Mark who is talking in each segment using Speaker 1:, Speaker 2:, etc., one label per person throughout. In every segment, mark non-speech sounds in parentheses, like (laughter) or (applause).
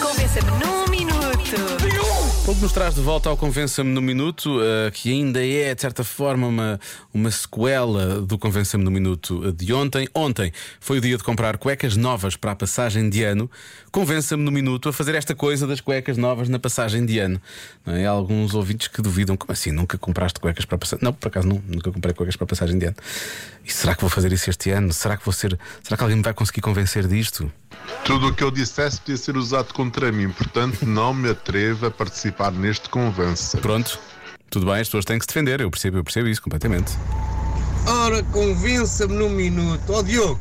Speaker 1: Convença-me num minuto.
Speaker 2: O que nos traz de volta ao Convença-me no Minuto, eh, que ainda é, de certa forma, uma, uma sequela do Convença-me no Minuto eh, de ontem. Ontem foi o dia de comprar cuecas novas para a passagem de ano. Convença-me no Minuto a fazer esta coisa das cuecas novas na passagem de ano. Não é? Há alguns ouvintes que duvidam, como assim? Nunca compraste cuecas para passagem? Não, por acaso não, nunca comprei cuecas para passagem de ano. E será que vou fazer isso este ano? Será que vou ser. Será que alguém me vai conseguir convencer disto?
Speaker 3: Tudo o que eu dissesse podia ser usado contra mim, portanto não me atrevo a participar neste convença.
Speaker 2: Pronto, tudo bem, as pessoas têm que se defender, eu percebo, eu percebo isso completamente.
Speaker 4: Ora, convença-me num minuto. Ó Diogo,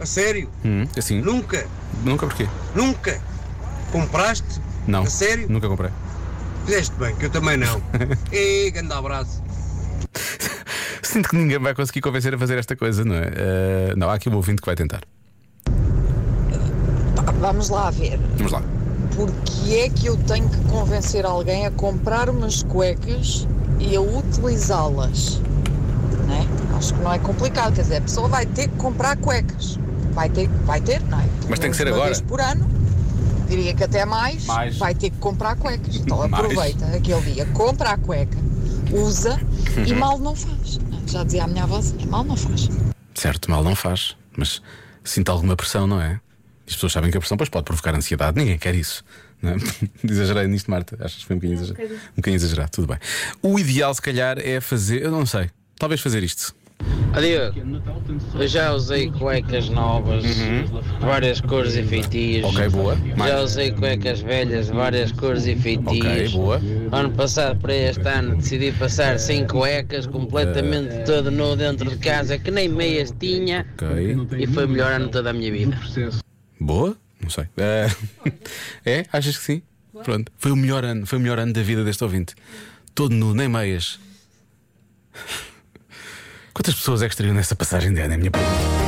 Speaker 4: a sério,
Speaker 2: Hum, assim,
Speaker 4: nunca,
Speaker 2: nunca porquê?
Speaker 4: nunca compraste?
Speaker 2: Não.
Speaker 4: A sério?
Speaker 2: Nunca comprei.
Speaker 4: Fizeste bem, que eu também não. e grande abraço.
Speaker 2: Sinto que ninguém vai conseguir convencer a fazer esta coisa, não é? Eh, não, há aqui um ouvinte que vai tentar.
Speaker 5: Pá, Vamos lá ver.
Speaker 2: Vamos lá.
Speaker 5: Porque é que eu tenho que convencer alguém a comprar umas cuecas e a utilizá-las? Né? Acho que não é complicado. Quer dizer, a pessoa vai ter que comprar cuecas. Vai ter, vai ter, não é?
Speaker 2: Mas tem que ser
Speaker 5: Uma
Speaker 2: agora.
Speaker 5: Vez por ano. Diria que até mais,
Speaker 2: Mais.
Speaker 5: vai ter que
Speaker 2: (laughs)
Speaker 5: comprar cuecas. Então
Speaker 2: Mais.
Speaker 5: aproveita aquele dia, compra a cueca, usa
Speaker 2: (laughs)
Speaker 5: e mal não faz. Já dizia a minha avó, assim, mal não faz.
Speaker 2: Certo, mal não faz, mas sinto alguma pressão, não é? As pessoas sabem que a pressão pois, pode provocar ansiedade, ninguém quer isso. Não é? (laughs) Exagerei nisto, Marta. Achas que foi um bocadinho exagerado? Um bocadinho exagerado, tudo bem. O ideal, se calhar, é fazer. Eu não sei. Talvez fazer isto.
Speaker 6: Adiós. Eu já usei cuecas novas, de várias cores e feitios.
Speaker 2: Uhum. Ok, boa.
Speaker 6: Já
Speaker 2: Mais.
Speaker 6: usei cuecas velhas, de várias cores e feitios.
Speaker 2: Ok, boa.
Speaker 6: Ano passado para este ano decidi passar sem cuecas, completamente todo nu dentro de casa, que nem meias tinha.
Speaker 2: É. Ok.
Speaker 6: E foi o melhor ano de toda a minha vida.
Speaker 2: Boa? Não sei. Eh, (laughs) é? Achas que sim? Pronto. Foi o melhor ano, foi o melhor ano da vida deste ouvinte. Todo nu, nem (laughs) meias. Quantas pessoas é que estariam nessa passagem de ano? É a minha pergunta.